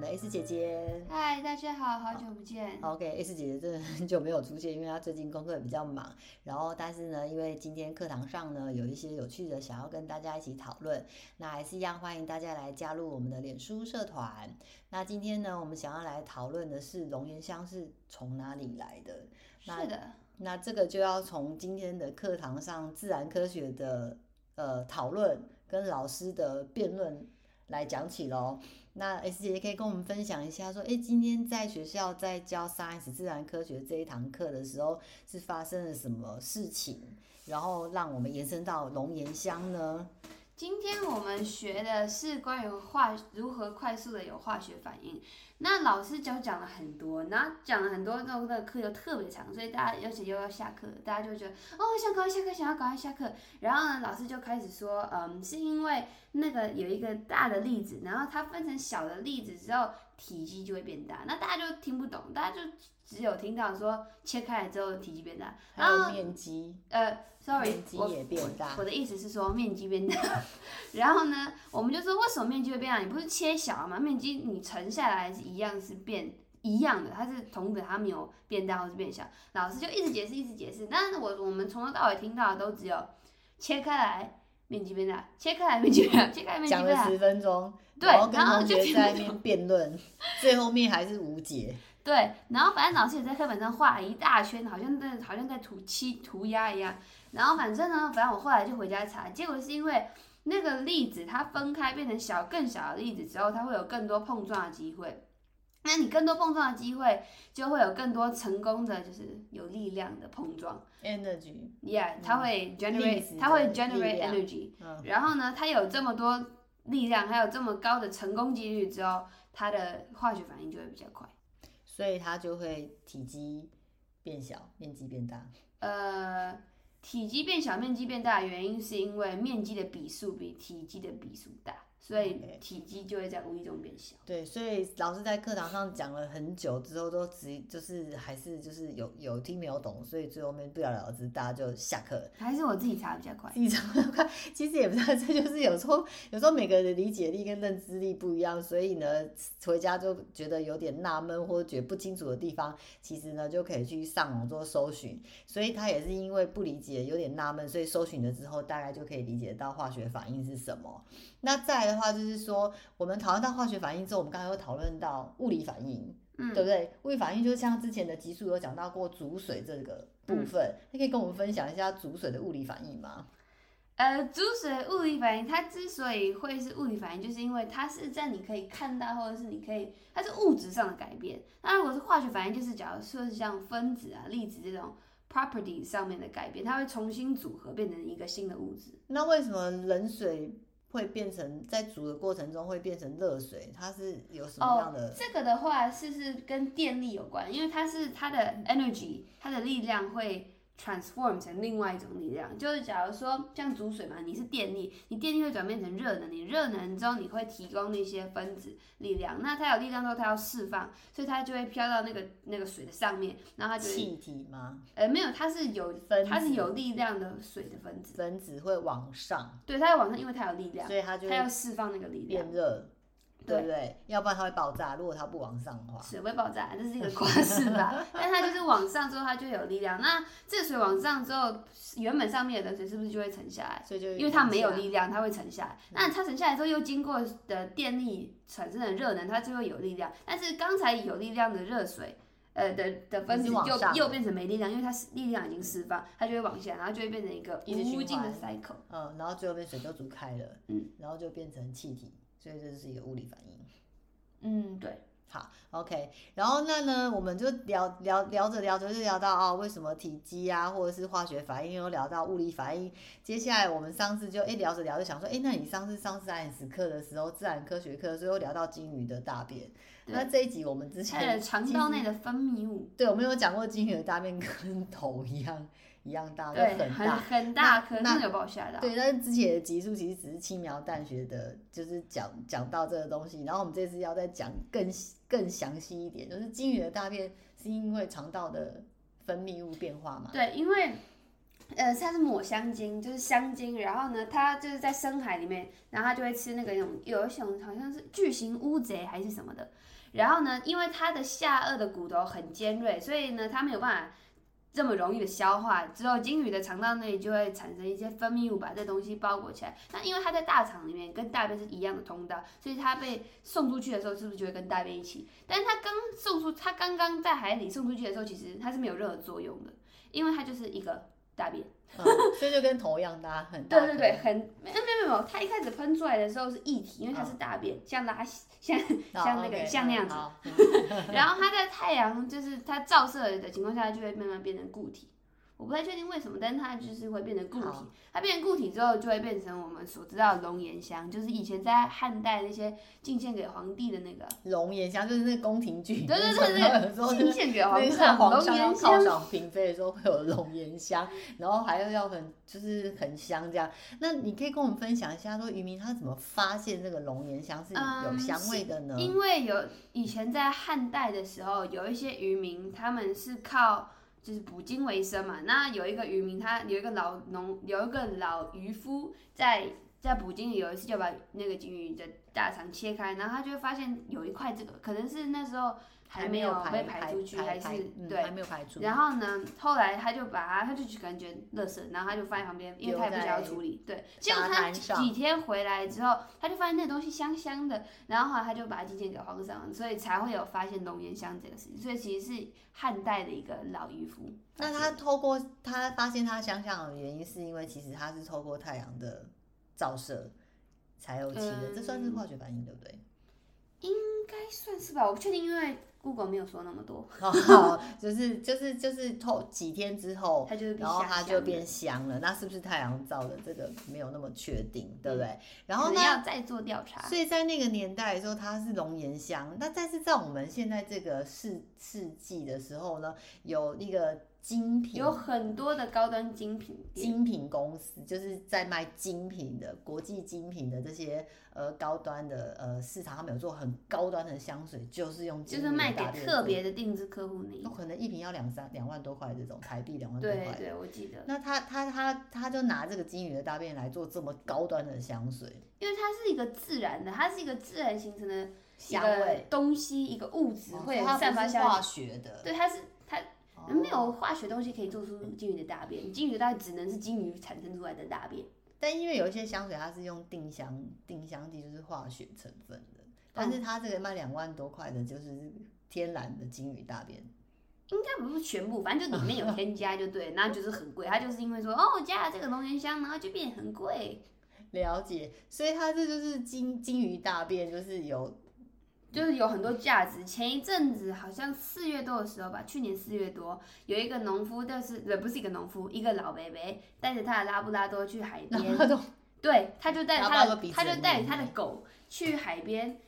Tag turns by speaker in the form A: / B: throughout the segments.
A: 呃 S 姐姐。
B: 嗨，大家好，好久不见。
A: OK，S 姐姐真的很久没有出现，因为她最近功课比较忙。然后，但是呢，因为今天课堂上呢有一些有趣的想要跟大家一起讨论，那还是一样欢迎大家来加入我们的脸书社团。那今天呢，我们想要来讨论的是龙涎香是从哪里来的？那
B: 是的，
A: 那这个就要从今天的课堂上自然科学的呃讨论跟老师的辩论来讲起喽。那 S 姐姐可以跟我们分享一下，说，诶，今天在学校在教 science 自然科学这一堂课的时候，是发生了什么事情，然后让我们延伸到龙涎香呢？
B: 今天我们学的是关于化如何快速的有化学反应。那老师就讲了很多，然后讲了很多，那那个课又特别长，所以大家而且又要下课，大家就觉得哦想赶快下课，想要赶快下课。然后呢，老师就开始说，嗯，是因为那个有一个大的粒子，然后它分成小的粒子之后，体积就会变大。那大家就听不懂，大家就只有听到说切开来之后体积变大。
A: 还
B: 然后
A: 有面积，
B: 呃，sorry，
A: 面积
B: 我
A: 也变大
B: 我。我的意思是说面积变大， 然后呢，我们就说为什么面积会变大？你不是切小吗？面积你乘下来是一样是变一样的，它是同等，它没有变大或是变小。老师就一直解释，一直解释，但是我我们从头到尾听到的都只有切开来面积变大，切开来面积变大，切开来面积
A: 讲
B: 变
A: 了
B: 大。
A: 十分钟，
B: 对
A: 然后跟
B: 然后
A: 同
B: 就
A: 学
B: 听
A: 在那
B: 不
A: 边辩论，最后面还是无解。
B: 对，然后反正老师也在课本上画了一大圈，好像在好像在涂漆涂鸦一样。然后反正呢，反正我后来就回家查，结果是因为那个粒子它分开变成小更小的粒子之后，它会有更多碰撞的机会。那你更多碰撞的机会，就会有更多成功的，就是有力量的碰撞。
A: Energy，
B: Yeah，它会 generate，、
A: 嗯子
B: 它会
A: 的力
B: generate
A: 量
B: energy，、
A: 嗯
B: 然后呢，它有这么多力量，还有这么高的成功几率之后，它的化学反应就会比较快。
A: 所以它就会体积变小，面积变大。
B: 呃，体积变小、面积变大的原因是因为面积的比数比体积的比数大，所以
A: OK
B: 体积就会在无意中变小。
A: 对，所以老师在课堂上讲了很久之后，都只就是还是就是有有听没有懂，所以最后面不了了之，大家就下课了。
B: 还是我自己查比较快。
A: 你长得快，其实也不知道，这就是有时候有时候每个人的理解力跟认知力不一样，所以呢，回家就觉得有点纳闷或者觉得不清楚的地方，其实呢就可以去上网做搜寻。所以他也是因为不理解，有点纳闷，所以搜寻了之后，大概就可以理解到化学反应是什么。那再来的话就是说，我们讨论到化学反应之后，我们刚才有讨论到物理反应，
B: 嗯
A: 对，不对？物理反应就像之前的集数有讲到过煮水这个部分，你、可以跟我们分享一下煮水的物理反应吗？
B: 呃，煮水物理反应，它之所以会是物理反应，就是因为它是在你可以看到，或者是你可以，它是物质上的改变。那如果是化学反应，就是假如说是像分子啊、粒子这种 property 上面的改变，它会重新组合变成一个新的物质。
A: 那为什么冷水会变成在煮的过程中会变成热水？它是有什
B: 哦
A: 么样的？
B: 这个的话是是跟电力有关，因为它是它的 energy，它的力量会 transform 成另外一种力量。就是假如说像煮水嘛，你是电力，你电力会转变成热能，你热能之后你会提供那些分子力量，那它有力量之后它要释放，所以它就会飘到那个那个水的上面，然后它就会
A: 气体吗？
B: 呃没有，它是有
A: 分子
B: 它是有力量的水的分子，
A: 分子会往上，
B: 对，它在往上，因为它有力量，
A: 所以它就
B: 它
A: 会
B: 要释放那个力量
A: 变。热，
B: 对
A: 对不对？要不然它会爆炸。如果它不往上的话，
B: 水会爆炸，这是一个公式吧？但它就是往上之后，它就有力量。那这水往上之后，原本上面的冷水是不是就会沉下来？
A: 所以就
B: 因为它没有力量，它会沉下来。那它沉下来之后，又经过的电力产生的热能，它就会有力量。但是刚才有力量的热水，呃的的分
A: 已
B: 子
A: 经往
B: 又
A: 上了
B: 又变成没力量，因为它力量已经释放，它就会往下，然后就会变成一个
A: 一直循
B: 无尽的
A: 环
B: cycle。
A: 嗯，然后最后面水就煮开了，
B: 嗯，
A: 然后就变成气体，所以这就是一个物理反应。
B: 嗯，对。
A: 好，OK，然后那呢，我们就聊聊聊着聊着就聊到啊、为什么体积啊，或者是化学反应，又聊到物理反应。接下来我们上次就哎聊着聊着想说，哎，那你上次上自然史课的时候，自然科学课的时候又聊到鲸鱼的大便，
B: 对
A: 那这一集我们之
B: 它的
A: 前
B: 肠道内的分泌物，
A: 对我们有讲过鲸鱼的大便跟 头一样一样啊大，就
B: 对，
A: 很大，
B: 很很大
A: 那
B: 颗，
A: 那
B: 真的有把我吓到。
A: 对，但是之前的集数其实只是轻描淡写的，就是讲讲到这个东西，然后我们这次要再讲更细更详细一点，就是鲸鱼的大便是因为肠道的分泌物变化嘛？
B: 对，因为呃，它是抹香鲸，就是香鲸，然后呢，它就是在深海里面，然后它就会吃那个那种有一种好像是巨型乌贼还是什么的，然后呢，因为它的下颚的骨头很尖锐，所以呢，它没有办法这么容易的消化，只有鲸鱼的肠道内就会产生一些分泌物把这东西包裹起来。那因为它在大肠里面跟大便是一样的通道，所以它被送出去的时候是不是就会跟大便一起？但是它刚送出，它刚刚在海里送出去的时候，其实它是没有任何作用的，因为它就是一个大便。
A: 嗯，所以就跟头一样大，很大
B: 对
A: 颗。
B: 对对，很没没没有没有，它一开始喷出来的时候是液体，因为它
A: 嗯
B: 是大便，像拉稀 像
A: 好，
B: 像那个
A: OK，
B: 像那样
A: 嗯
B: 子。
A: 好
B: 然后它在太阳就是它照射的情况下，就会慢慢变成固体。我不太确定为什么，但是它就是会变成固体
A: 好。
B: 它变成固体之后，就会变成我们所知道的龙涎香，就是以前在汉代那些进献给皇帝的那个，
A: 嗯龙涎香就是那宫廷剧，
B: 对对 对对
A: 有时候
B: 对，进献给皇
A: 那
B: 上
A: 像
B: 龙
A: 皇上要
B: 涎
A: 犒
B: 香。
A: 赏嫔妃的时候会有龙涎香，然后还要要很就是很香这样。那你可以跟我们分享一下，说渔民他怎么发现这个龙涎香是有
B: 嗯
A: 香味的呢？
B: 因为有以前在汉代的时候，有一些渔民他们是靠就是捕鲸为生嘛。那有一个渔民他，有一个老农，有一个老渔夫在在捕鲸，有一次就把那个鲸鱼的大肠切开，然后他就会发现有一块这个，可能是那时候还没
A: 没有
B: 被
A: 排
B: 排出去，还
A: 排
B: 是
A: 排嗯
B: 对
A: 还。没有排出。
B: 然后呢，后来他就把它，他就去感觉垃圾，然后他就放在旁边，因为他也不
A: 留
B: 想要
A: 在
B: 处理。对，结
A: 沙
B: 果他
A: 滩
B: 几
A: 上
B: 几天回来之后，他就发现那东西香香的，然后后来他就把它寄献给皇上，所以才会有发现龙涎香这个事情。所以其实是汉代的一个老渔夫发
A: 那
B: 现的。
A: 他透过他发现它香香的原因，是因为其实它是透过太阳的照射才有起的，这算是
B: 嗯
A: 化学反应对不 对？
B: 应该哎算是吧，我不确定，因为 Google 没有说那么多，
A: 好，就是就是就是透几天之后，
B: 他就是比
A: 哦然后
B: 较
A: 它就变香了。那是不是太阳照的？这个没有那么确定，对不对？然后呢？
B: 嗯要再做调查。
A: 所以在那个年代的时候，它是龙涎香。那但是在我们现在这个世世纪的时候呢，有那个精品
B: 有很多的高端精品店，
A: 精品公司，就是在卖精品的国际精品的这些呃高端的呃市场，他们有做很高端的香水，就是用
B: 就
A: 精
B: 是
A: 品
B: 卖
A: 的大哦
B: 给
A: 便
B: 特
A: 做
B: 别的定制客户那
A: 有
B: 一种。
A: 可能一瓶要两三两万多块这种台币两万多
B: 对
A: 块。
B: 对，我记得。
A: 那他他他他就拿这个金鱼的大便来做这么高端的香水，
B: 因为它是一个自然的，它是一个自然形成的一
A: 香
B: 个
A: 味
B: 东西，一个物质会
A: 哦它
B: 散发
A: 不是
B: 香味。
A: 化学的，
B: 对，它是它
A: 哦
B: 没有化学东西可以做出鲸鱼的大便，鲸鱼的大便只能是鲸鱼产生出来的大便。
A: 但因为有一些香水它是用定香定香剂，就是化学成分的，但
B: 哦
A: 是它这个卖两万多块的，就是天然的金鱼大便。
B: 应该不是全部，反正就里面有添加就对，然后就是很贵。它就是因为说哦，我加了这个龙涎香，然后就变很贵，
A: 了解，所以它这就是金金鱼大便，就是有
B: 就是有很多价值。前一阵子好像四月多的时候吧，去年四月多，有一个农夫，但是呃不是一个农夫，一个老伯伯带着他的拉布拉多去海 边，
A: 那种
B: 对，他就带着
A: 然后把他
B: 他的
A: 的鼻，子嗯
B: 他就带着他的
A: 弄
B: 狗去海边，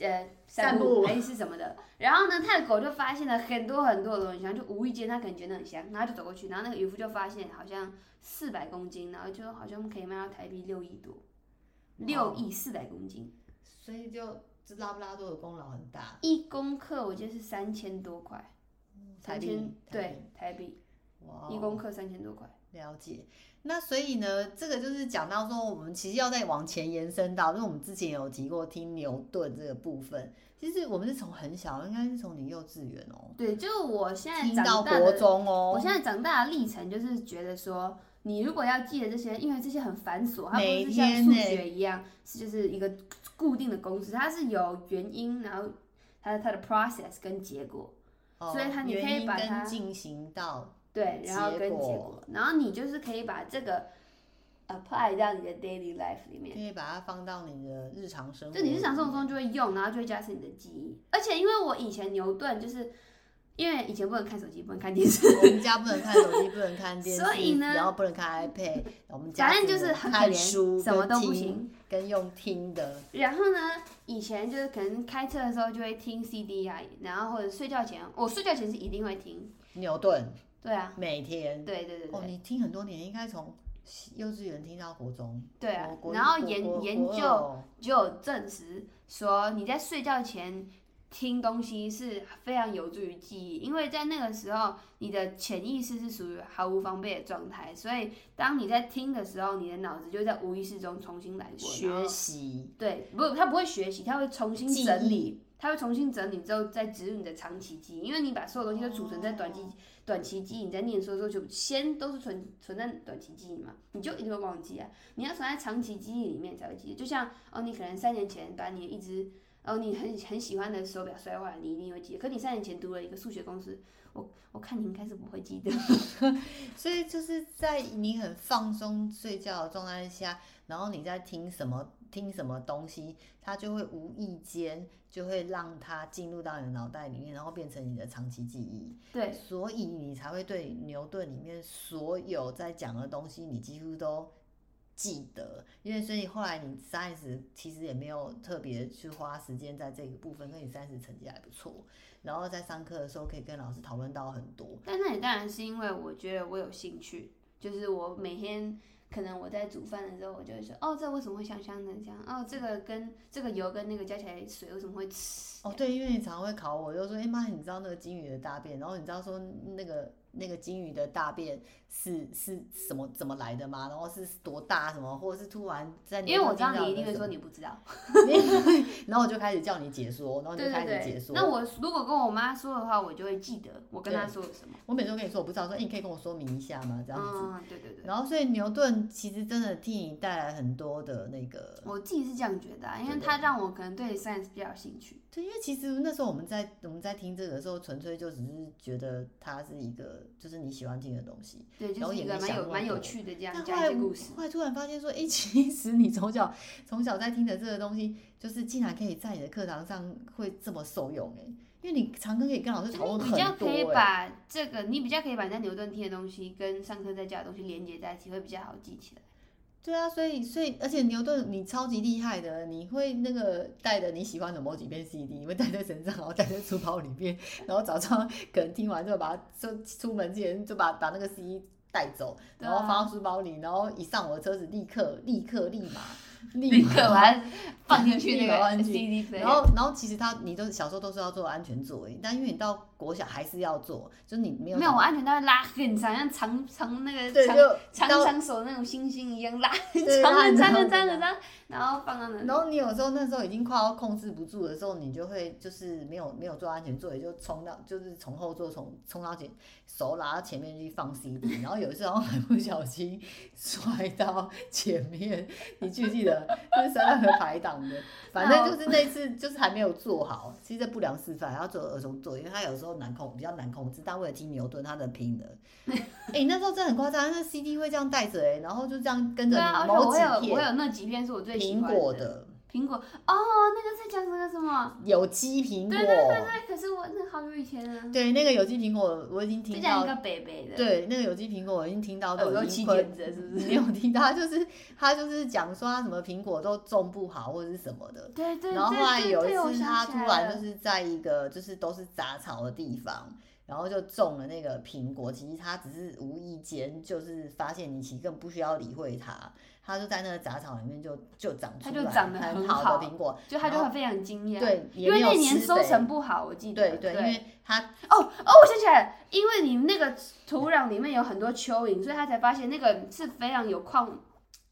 B: 呃，
A: 散
B: 散
A: 步
B: 还是什么的。然后呢，他的狗就发现了很多很多的东西，然后就无意间他可能觉得很香，然后就走过去，然后那个渔夫就发现好像四百公斤，然后就好像可以卖到台币六亿多，六亿四百公斤，
A: 所以就这拉布拉多的功劳很大，
B: 一公克我记得是三千多块，
A: 台
B: 嗯三
A: 币
B: 千
A: 台币
B: 对台币
A: 哇
B: 一
A: 哦
B: 公克三千多块。
A: 了解，那所以呢，这个就是讲到说，我们其实要再往前延伸到，因为我们之前有提过听牛顿这个部分，其实我们是从很小，应该是从你幼稚园哦，
B: 对，就我现在
A: 听
B: 长
A: 到
B: 大
A: 国
B: 的
A: 中
B: 我
A: 哦，
B: 现在长大的历程就是觉得说，你如果要记得这些，因为这些很繁琐，它不
A: 每
B: 是像
A: 天
B: 数
A: 呢
B: 学一样，是就是一个固定的公式，它是有原因，然后它它的 process 跟结果，
A: 哦
B: 所以它你可以
A: 原因
B: 把它
A: 跟进行到
B: 对，然后
A: 结
B: 跟结
A: 果
B: 果，然后你就是可以把这个 apply 到你的 daily life 里面。
A: 可以把它放到你的日常生活，
B: 就你日常生活，中就会用，然后就会加深你的记忆。而且因为我以前牛顿就是因为以前不能看手机，不能看电视，
A: 我们家不能看手机，不能看电视，
B: 所以呢
A: 然后不能看 iPad，我们家
B: 反正
A: 只
B: 就是
A: 能
B: 很可
A: 看
B: 怜，
A: 书，
B: 什么
A: 跟
B: 都不
A: 听
B: 行。，
A: 跟用听的，
B: 然后呢，以前就是可能开车的时候就会听 CD 啊，然后或者睡觉前，我睡觉前是一定会听。
A: 牛顿
B: 对啊，
A: 每天。
B: 对对对
A: 哦，
B: 对
A: 你听很多年，应该从幼稚园听到国中，
B: 对啊
A: 国。国
B: 然后
A: 国国
B: 研研
A: 国二
B: 究
A: 哦
B: 就有证实说，你在睡觉前听东西是非常有助于记忆，因为在那个时候你的潜意识是属于毫无防备的状态，所以当你在听的时候，你的脑子就在无意识中重新来过。然后
A: 学习
B: 对，不，他不会学习，他会重新
A: 记
B: 整
A: 忆
B: 理，它会重新整理之后再植入你的长期记忆，因为你把所有东西都储存在短期、短期记忆，你在念书的时候就先都是存存在短期记忆嘛，你就一定会忘记啊。你要存在长期记忆里面才会记得，就像哦，你可能三年前把你一只哦你很很喜欢的手表摔坏了，你一定会记得，可你三年前读了一个数学公式，我我看你应该是不会记得。
A: 所以就是在你很放松睡觉的状态下，然后你在听什么听什么东西，它就会无意间就会让它进入到你的脑袋里面，然后变成你的长期记忆。
B: 对，
A: 所以你才会对牛顿里面所有在讲的东西，你几乎都记得。因为所以后来你三十其实也没有特别去花时间在这个部分，所以你三十成绩还不错。然后在上课的时候可以跟老师讨论到很多。
B: 但那也当然是因为我觉得我有兴趣，就是我每天可能我在煮饭的时候，我就会说，哦，这为什么会香香的？这样，哦，这个跟这个油跟那个加起来水为什么会吃？
A: 哦，对，因为你常会考我，就说，哎、妈，你知道那个金鱼的大便，然后你知道说那个那个金鱼的大便是是什么怎么来的吗？然后是多大什么，或者是突然在
B: 因为我知道
A: 牛顿
B: 你一
A: 听
B: 定
A: 到
B: 会
A: 的
B: 说你不知道，
A: 什么， 然后我就开始叫你解说，然后你
B: 对
A: 哦就
B: 对
A: 开始解
B: 对。
A: 说。
B: 那我如果跟我妈说的话，我就会记得我跟她
A: 对
B: 说了什么。
A: 我每次都跟你说我不知道，说，哎、你可以跟我说明一下吗？这样子。
B: 嗯，对对对，
A: 然后所以牛顿其实真的替你带来很多的那个
B: 我自己是这样觉得、啊，因为
A: 对对
B: 她让我可能对 science 比较有兴趣。
A: 对，因为其实那时候我们在我们在听这个的时候，纯粹就只是觉得它是一个就是你喜欢听的东西。
B: 对，
A: 然
B: 就
A: 后
B: 是一
A: 也
B: 个
A: 没
B: 蛮
A: 想
B: 有
A: 那
B: 蛮
A: 么
B: 有
A: 多
B: 趣的这样
A: 但
B: 讲
A: 后
B: 一
A: 来
B: 些故事。
A: 后来突然发现说，哎、 其实你从小从小在听的这个东西，就是竟然可以在你的课堂上会这么受用、哎，因为你常跟可以跟老师讨论
B: 你比
A: 很
B: 较
A: 多、
B: 可以
A: 哎
B: 把这个，你比较可以把你在牛顿听的东西跟上课在家的东西连接在一起，会比较好记起来。
A: 对啊，所以所以而且牛顿你超级厉害的，你会那个带着你喜欢的某几片 CD，你会带在身上，然后带在书包里面，然后早上可能听完之后把它就出门前就把把那个 CD 带走，
B: 对
A: 然后
B: 啊
A: 放到书包里，然后一上我的车子立刻立刻立马
B: 立刻把它放进去那
A: 立马放
B: 个
A: 进去
B: CD player。
A: 然后，然后其实他你都小时候都是要做安全座椅，但因为你到国小还是要做，就是你没有
B: 没有，我安全带会拉很长，像长长那个
A: 对
B: 长
A: 就
B: 长
A: 到
B: 长手那种星星一样拉，
A: 对
B: 长
A: 拉
B: 很
A: 很
B: 长
A: 长
B: 很长
A: 很
B: 很长，然后放到那里。
A: 然后你有时候那时候已经快要控制不住的时候，你就会就是没有没有做安全座椅，就冲到就是从后座从冲到前手拉到前面去放 CD，然后有一次好像还不小心 摔到前面，你记不记得？就是摔到那个排档的，反正就是那一次就是还没有做好，其实这不良示范，还要做儿童座椅，因为他有时候难控比较难控制，但为了听牛顿他的拼的，哎、那时候真的很夸张，那 CD 会这样带着哎、然后就这样跟着
B: 对啊，而
A: 你
B: 且
A: 某
B: 我
A: 几
B: 有我
A: 片
B: 有那几片是我最喜
A: 苹
B: 欢
A: 果
B: 的。
A: 的。
B: 苹果哦，那个在讲什么什么？
A: 有机苹果，
B: 对对对对，可是我那好久以前啊，
A: 对那个有机苹果我已经
B: 就
A: 听
B: 讲
A: 到
B: 一，个北北的，
A: 对那个有机苹果我已经听到
B: 耳
A: 都
B: 朵
A: 已
B: 起
A: 经
B: 茧
A: 快
B: 子了是不是？
A: 没有听到，他就是他就是讲说他什么苹果都种不好或者是什么的。
B: 对对，
A: 然后
B: 对
A: 后来
B: 对
A: 有一
B: 对我
A: 次，
B: 想
A: 他
B: 起
A: 突
B: 来
A: 然
B: 了
A: 就是在一个就是都是杂草的地方，然后就种了那个苹果。其实他只是无意间就是发现你其实根本不需要理会它，它就在那个杂草里面就就长出
B: 它
A: 来
B: 就长得很
A: 很
B: 好
A: 的苹果。
B: 就他就
A: 然
B: 会非常惊讶，，
A: 对，也
B: 因
A: 没
B: 为
A: 有
B: 那年
A: 施
B: 收
A: 肥
B: 成不好，我记得，
A: 对对，
B: 对，
A: 因为它
B: 哦哦，我想起来了，因为你那个土壤里面有很多蚯蚓，所以他才发现那个是非常有矿。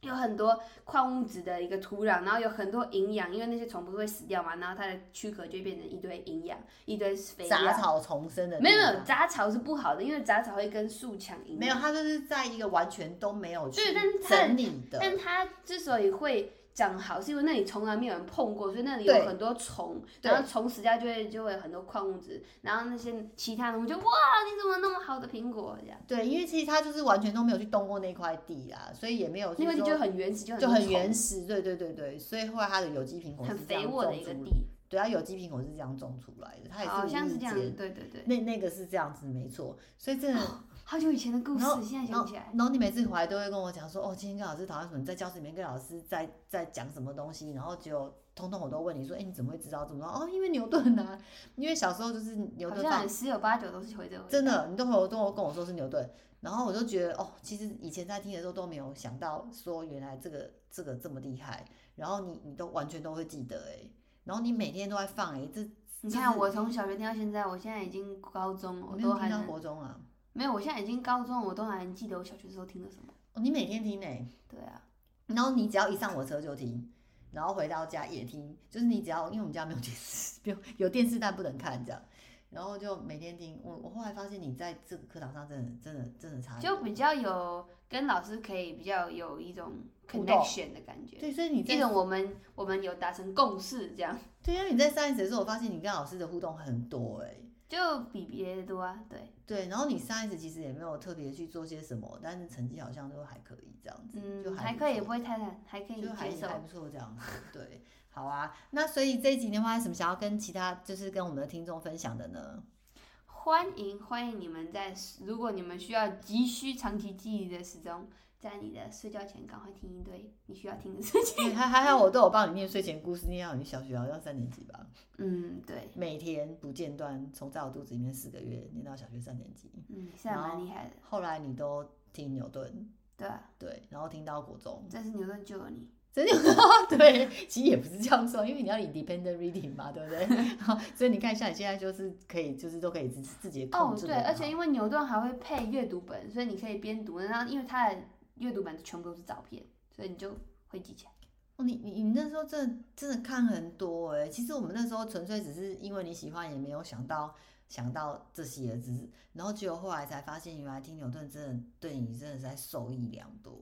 B: 有很多矿物质的一个土壤，然后有很多营养，因为那些虫不是会死掉嘛，然后它的躯壳就会变成一堆营养，一堆肥料。
A: 杂草丛生的地方，
B: 没有没有，杂草是不好的，因为杂草会跟树抢营养。
A: 没有，它就是在一个完全都没有去
B: 对但它
A: 整理的，
B: 但它之所以会长好，是因为那里从来没有人碰过，所以那里有
A: 对
B: 很多虫，
A: 对
B: 然后虫死掉就会就会有很多矿物质，然后那些其他人就哇，你怎么那么好的苹果这样？
A: 对，因为其实它就是完全都没有去动过那块地啦，哦所以也没有去
B: 那块地
A: 说
B: 就很原始，就
A: 就
B: 很
A: 很
B: 多
A: 原始，对对对对，所以后来它的有机苹
B: 虫
A: 果
B: 很
A: 是这
B: 肥
A: 样
B: 沃的
A: 种
B: 一个
A: 出，
B: 地，
A: 对，它有机苹果是这样种出来的，它也
B: 好像
A: 是无
B: 是
A: 意
B: 这样子，
A: 间，
B: 对对对，
A: 那那个是这样子没错，所以真的
B: 好久以前的故
A: 然后
B: 事，现在
A: 然
B: 想
A: 后
B: 起来，
A: 然后你每次回来都会跟我讲说，哦，今天跟老师讨论什么，你在教室里面跟老师在在讲什么东西，然后就通通我都问你说，哎，你怎么会知道这么多？哦，因为牛顿啊，因为小时候就是牛
B: 好
A: 顿
B: 像
A: 放
B: 很十有欸八九都是回这个味道
A: 真。的，你都回都跟我说是牛顿，然后我就觉得哦，其实以前在听的时候都没有想到说原来这个这个这么厉害，然后你你都完全都会记得哎，然后你每天都在放哎，这
B: 你
A: 就
B: 看，
A: 是
B: 我从小学听到现在，我现在已经高中了，我
A: 没
B: 都
A: 有
B: 还
A: 听到
B: 能
A: 国中啊，
B: 没有，我现在已经高中了，我都还能记得我小学时候听了什么。
A: 哦你每天听哎，
B: 对啊，
A: 然后你只要一上我车就听，然后回到家也听，就是你只要因为我们家没有电视， 不用有电视但不能看这样，然后就每天听。我我后来发现你在这个课堂上真的真的真的差很
B: 就
A: 多
B: 比较有跟老师可以比较有一种
A: 互动
B: connection 的感觉，
A: 对，所以你在
B: 一种我们我们有达成共识这样，
A: 对，因为你在三 S 的时候，我发现你跟老师的互动很多哎、
B: 就比别的多啊，对，
A: 对，然后你上一次其实也没有特别去做些什么，但是成绩好像都还可以这样子，就
B: 嗯，
A: 还
B: 还
A: 不
B: 可以，
A: 错
B: 不会太难，还可以
A: 就还
B: 接受。
A: 还不错这样子。对，好啊。那所以这一集的话，有什么想要跟其他就是跟我们的听众分享的呢？
B: 欢迎欢迎你们在，如果你们需要急需长期记忆的时钟，在你的睡觉前赶快听一堆你需要听的事 情。
A: 对 还还好，我都有帮你念睡前故事，念到你小学好像三年级吧，
B: 嗯，对，
A: 每天不间断，从在我肚子里面四个月念到小学三年级。
B: 嗯，现在蛮厉害的，
A: 后来你都听牛顿，
B: 对啊，
A: 对，然后听到国中，
B: 这是牛顿救了你。
A: 真的吗？ 对，其实也不是这样说，因为你要 independent reading 嘛，对不 对？好，所以你看一下，你现在就是可以，就是都可以自自己控
B: 哦，
A: 制
B: 对，
A: 得很
B: 而且
A: 好
B: 因为牛顿还会配阅读本，所以你可以边读，然后因为它的阅读本全部都是照片，所以你就会记起来。
A: 哦，你你你那时候真的真的看很多哎、其实我们那时候纯粹只是因为你喜欢，也没有想到想到这些，只是然后结果后来才发现，原来听牛顿真的对你真的是在受益良多，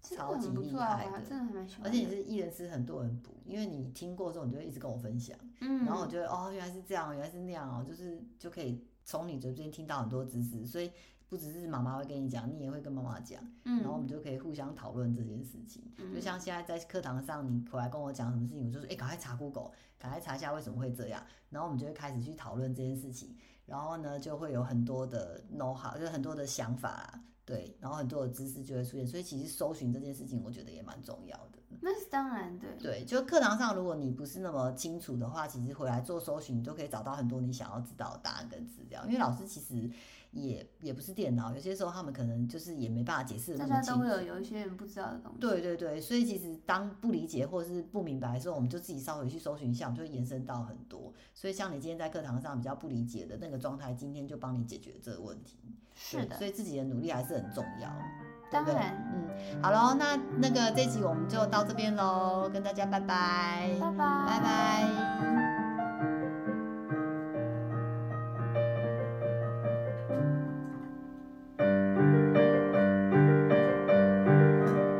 B: 这
A: 超
B: 个
A: 级
B: 很不
A: 厉
B: 错啊，
A: 害
B: 我还
A: 的
B: 真的还蛮喜欢
A: 而
B: 的。
A: 且你是一人吃很多人补，因为你听过之后，你就会一直跟我分享。
B: 嗯，
A: 然后我觉得哦，原来是这样，原来是那样哦，就是就可以从你嘴边听到很多知识，所以不只是妈妈会跟你讲，你也会跟妈妈讲，然后我
B: 嗯，
A: 们就可以互相讨论这件事情。就
B: 嗯
A: 像现在在课堂上，你回来跟我讲什么事情，我就说哎，赶快查 Google，赶快查一下为什么会这样，然后我们就会开始去讨论这件事情，然后呢就会有很多的 know how，就是很多的想法啦。对，然后很多的知识就会出现，所以其实搜寻这件事情，我觉得也蛮重要的。
B: 那是当然对。
A: 对，就课堂上，如果你不是那么清楚的话，其实回来做搜寻，你都可以找到很多你想要知道的答案跟资料。因为老师其实也也不是电脑，有些时候他们可能就是也没办法解释的
B: 大
A: 那么
B: 家
A: 清
B: 都会有
A: 楚。
B: 有一些人不知道的东西。
A: 对对对，所以其实当不理解或是不明白的时候，我们就自己稍微去搜寻一下，我们就会延伸到很多。所以像你今天在课堂上比较不理解的那个状态，今天就帮你解决这个问题。
B: 是
A: 对
B: 的，
A: 所以自己的努力还是很重要。对
B: 当
A: 不对嗯
B: 然。
A: 好喽，那那个这集我们就到这边喽，跟大家拜拜，
B: 拜拜，
A: 拜拜